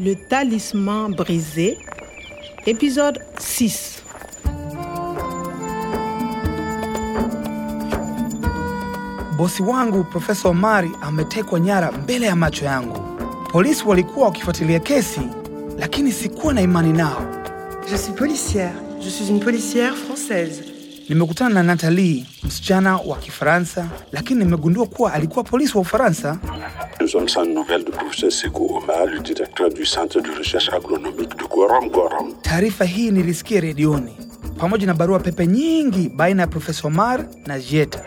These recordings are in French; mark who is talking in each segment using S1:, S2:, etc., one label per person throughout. S1: Le talisman brisé, épisode 6.
S2: Bosi wangu Profesa Omari ametekwa nyara mbele ya macho yangu. Polisi walikuwa wakifuatilia kesi, lakini sikuwa na imani nao.
S3: Je suis policière. Je suis une policière française.
S2: Nimekutana na Natalie, msichana wa Kifaransa, lakini nimegundua kuwa alikuwa polisi wa Ufaransa.
S4: Nous sommes sans nouvelles du professeur Sekou Omar, le directeur du centre de recherche agronomique de Gorom Gorom.
S2: Taarifa hii nilisikia redioni pamoja na barua pepe nyingi baina ya Profesa Omar na Jieta.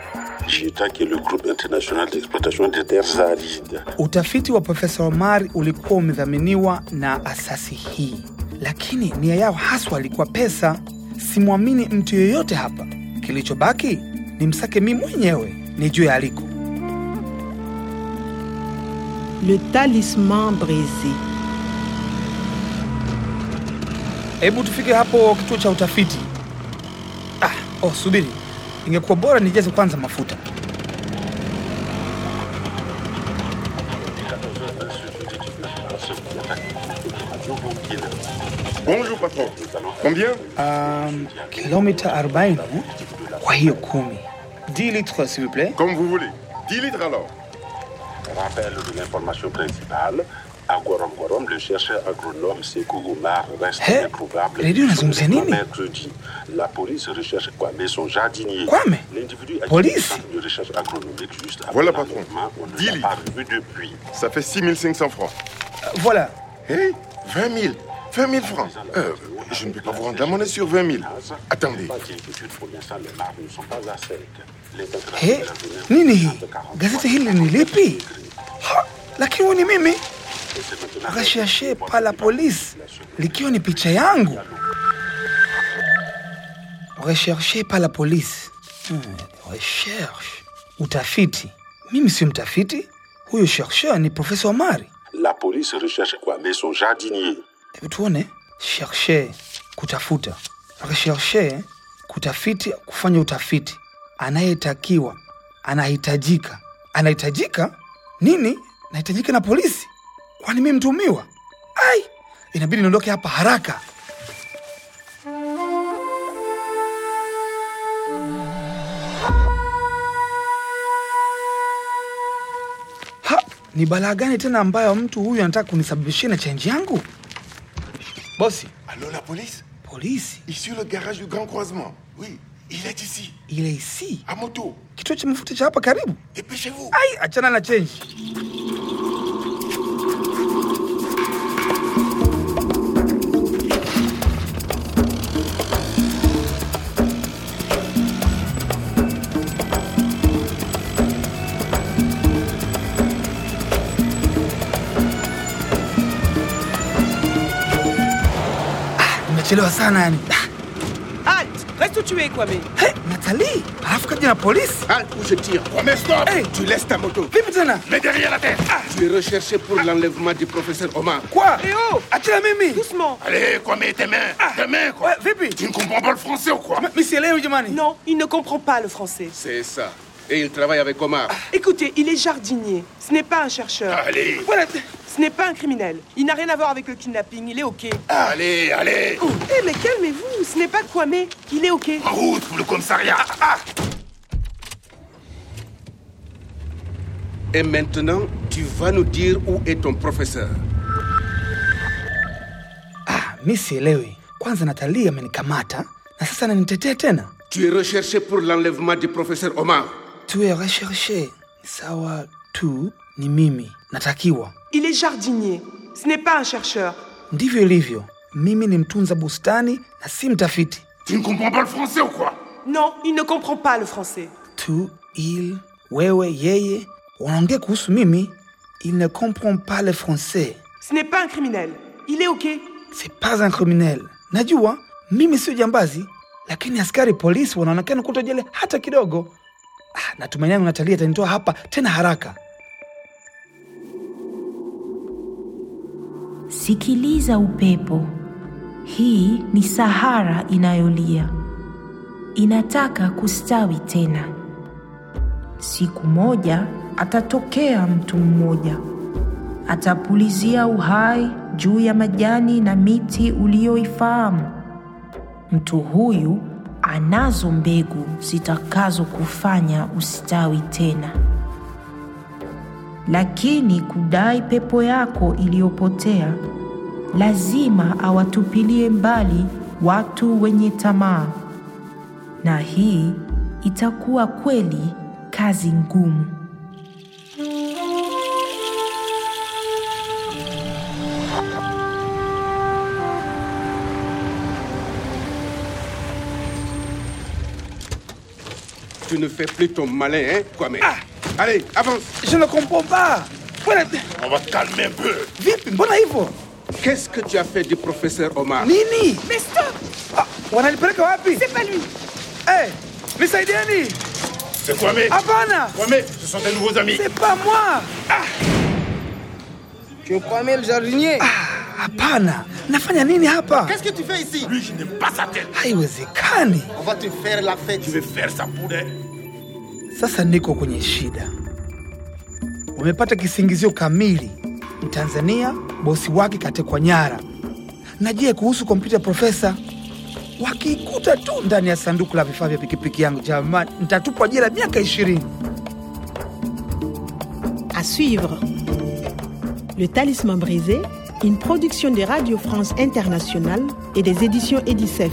S4: JITA, qui est le groupe international d'exploitation des terres arides.
S2: Utafiti wa Profesa Omar ulikuwa umedhaminiwa na asasi hii, lakini nia yao haswa ilikuwa pesa. Simwamini mtu yeyote hapa. Kilichobaki ni msake mi mwenyewe nijue aliko.
S1: Le talisman brisé.
S2: Hebu tufike hapo kituo cha utafiti. Ah, oh, subiri, ingekuwa bora nijaze kwanza mafuta.
S5: Bonjour patron. Combien
S2: Um, kilomita 40 eh? kwa hiyo kumi. 10 litres s'il vous plaît.
S5: Comme vous voulez. 10 litres alors.
S4: Rappel de l'information principale. À Gorom Gorom, le chercheur agronome Sekou Omar reste
S2: Hé,
S4: introuvable.
S2: les deux, ils ont
S4: jusqu'au
S2: zénini.
S4: mercredi. La police recherche Kwame, son jardinier.
S2: Kwame
S4: L'individu a
S2: Police
S4: quitté le centre de recherche agronomique juste avant
S5: Voilà, patron.
S4: l'enlèvement. On ne
S5: Dis-lui.
S4: l'a pas revu depuis.
S5: Ça fait 6500 francs.
S2: Uh, Voilà.
S5: Hé 20 000. 20 000 francs. Euh, je ne peux pas vous rendre la monnaie sur 20 000. Attendez.
S4: Pas d'inquiétude pour l'instant, les marques ne sont pas à sec. Les entrailles
S2: He,
S4: de la journée
S2: nini hii?
S4: sont de 40.
S2: Gazeti hili ni lipi? Ha, lakini huyu ni mimi. Recherche par la police likiwa ni picha yangu. Recherche par la police. Hmm, recherche. Utafiti. Mimi si mtafiti. Huyu chercheur ni Profesa Omari.
S4: La police recherche Kwame, son jardinier.
S2: Hebu tuone. Cherche kutafuta. Recherche kutafiti kufanya utafiti. Anayetakiwa, anahitajika. Anahitajika? Nini? Nahitajika na polisi? Kwani mimi mtumiwa? Ai, inabidi niondoke hapa haraka. Ha, ni balaa gani tena ambayo mtu huyu anataka kunisababishia na chenji yangu? Bosi,
S5: Allô la police
S2: polisi
S5: Ici le garage du Grand Croisement. Oui, il est ici,
S2: ile isi
S5: à moto.
S2: kituo cha mafuta cha hapa karibu.
S5: Dépêchez-vous.
S2: Ai, achana na chenji. Ah, Nimechelewa sana yani. Ah,
S6: Halte Reste où tu es, Kwame.
S2: Hey, Natalie, alafu kaja na polisi.
S5: Ah,
S7: Halte ou je tire.
S5: Mais stop
S2: Hey,
S7: Tu laisses ta moto.
S2: vipi tena?
S5: Mais derrière la tête
S7: Tu es recherché pour l'enlèvement du professeur Omar.
S2: Kwa?
S6: Eh oh
S2: Achana mimi.
S6: Doucement
S5: Allez, quoi, mais tes mains Tes mains, quoi
S2: Ouais, vipi?
S5: Tu ne comprends pas le français ou quoi
S2: M- Mimi sielewi jamani.
S6: Non, il ne comprend pas le français.
S7: C'est ça. Et il travaille avec Omar.
S6: Écoutez, il est jardinier. Ce n'est pas un chercheur.
S5: Allez
S2: Bwana,
S6: Ce n'est pas un criminel. Il n'a rien à voir avec le kidnapping. Il est OK.
S5: Allez, allez
S6: Oh, Eh, mais calmez-vous. Ce n'est pas Kwame. Il est OK.
S5: En route pour le commissariat Ah,
S7: Et maintenant, tu vas nous dire où est ton professeur.
S2: Ah, mimi sielewi. Kwanza Natalie amenikamata na sasa ananitetea tena.
S7: Tu es recherché pour l'enlèvement du professeur Omar.
S2: Tu es recherche. Sawa tu ni mimi natakiwa.
S6: Il est jardinier. Ce n'est pas un chercheur.
S2: Ndivyo ilivyo. Mimi ni mtunza bustani na si mtafiti.
S5: Tu ne comprends pas le français ou quoi
S6: Non, il ne comprend pas le français.
S2: Tu, il, wewe, yeye wanaongea kuhusu mimi. Il ne comprend pas le français.
S6: Ce n'est pas un criminel. Il est OK.
S2: c'est pas un criminel. Najua mimi sio jambazi, lakini askari polisi wanaonekana kutojele hata kidogo. Ah, natumaini yangu Natalia atanitoa hapa tena haraka.
S8: Sikiliza upepo. Hii ni Sahara inayolia. Inataka kustawi tena. Siku moja atatokea mtu mmoja. Atapulizia uhai juu ya majani na miti uliyoifahamu. Mtu huyu anazo mbegu zitakazokufanya ustawi tena. Lakini kudai pepo yako iliyopotea, lazima awatupilie mbali watu wenye tamaa, na hii itakuwa kweli kazi ngumu.
S7: Tu ne fais plus ton malin, hein, Kwame. Allez, avance.
S2: Je ne comprends pas. Mbona-
S5: On va te calmer un peu.
S2: Vipi, mbona hivyo?
S7: Qu'est-ce que tu as fait du professeur Omar
S2: Nini?
S6: Mais stop
S2: Ah, wananipeleka wapi?
S6: C'est pas lui
S2: Eh, nisaidieni!
S5: C'est Kwame.
S7: Ah.
S2: Hapana,
S5: Kwame, ce sont tes nouveaux amis.
S2: c'est pas moi. Ah!
S9: Tu crois même jardinier
S2: Ah, Hapana, nafanya nini hapa?
S9: Qu'est-ce que tu fais ici
S5: Lui, je n'aime pas sa tête.
S2: Haiwezekani.
S9: On va te faire la fête.
S5: Je vais faire ça pour des...
S2: Sasa niko kwenye shida. Wamepata kisingizio kamili. Mtanzania bosi wake katekwa nyara. Na je, kuhusu kompyuta ya profesa? Wakiikuta tu ndani ya sanduku la vifaa vya pikipiki yangu, jamani, nitatupwa jela miaka ishirini.
S1: À suivre. Le Talisman brisé, une production de Radio France Internationale et des éditions Edicef.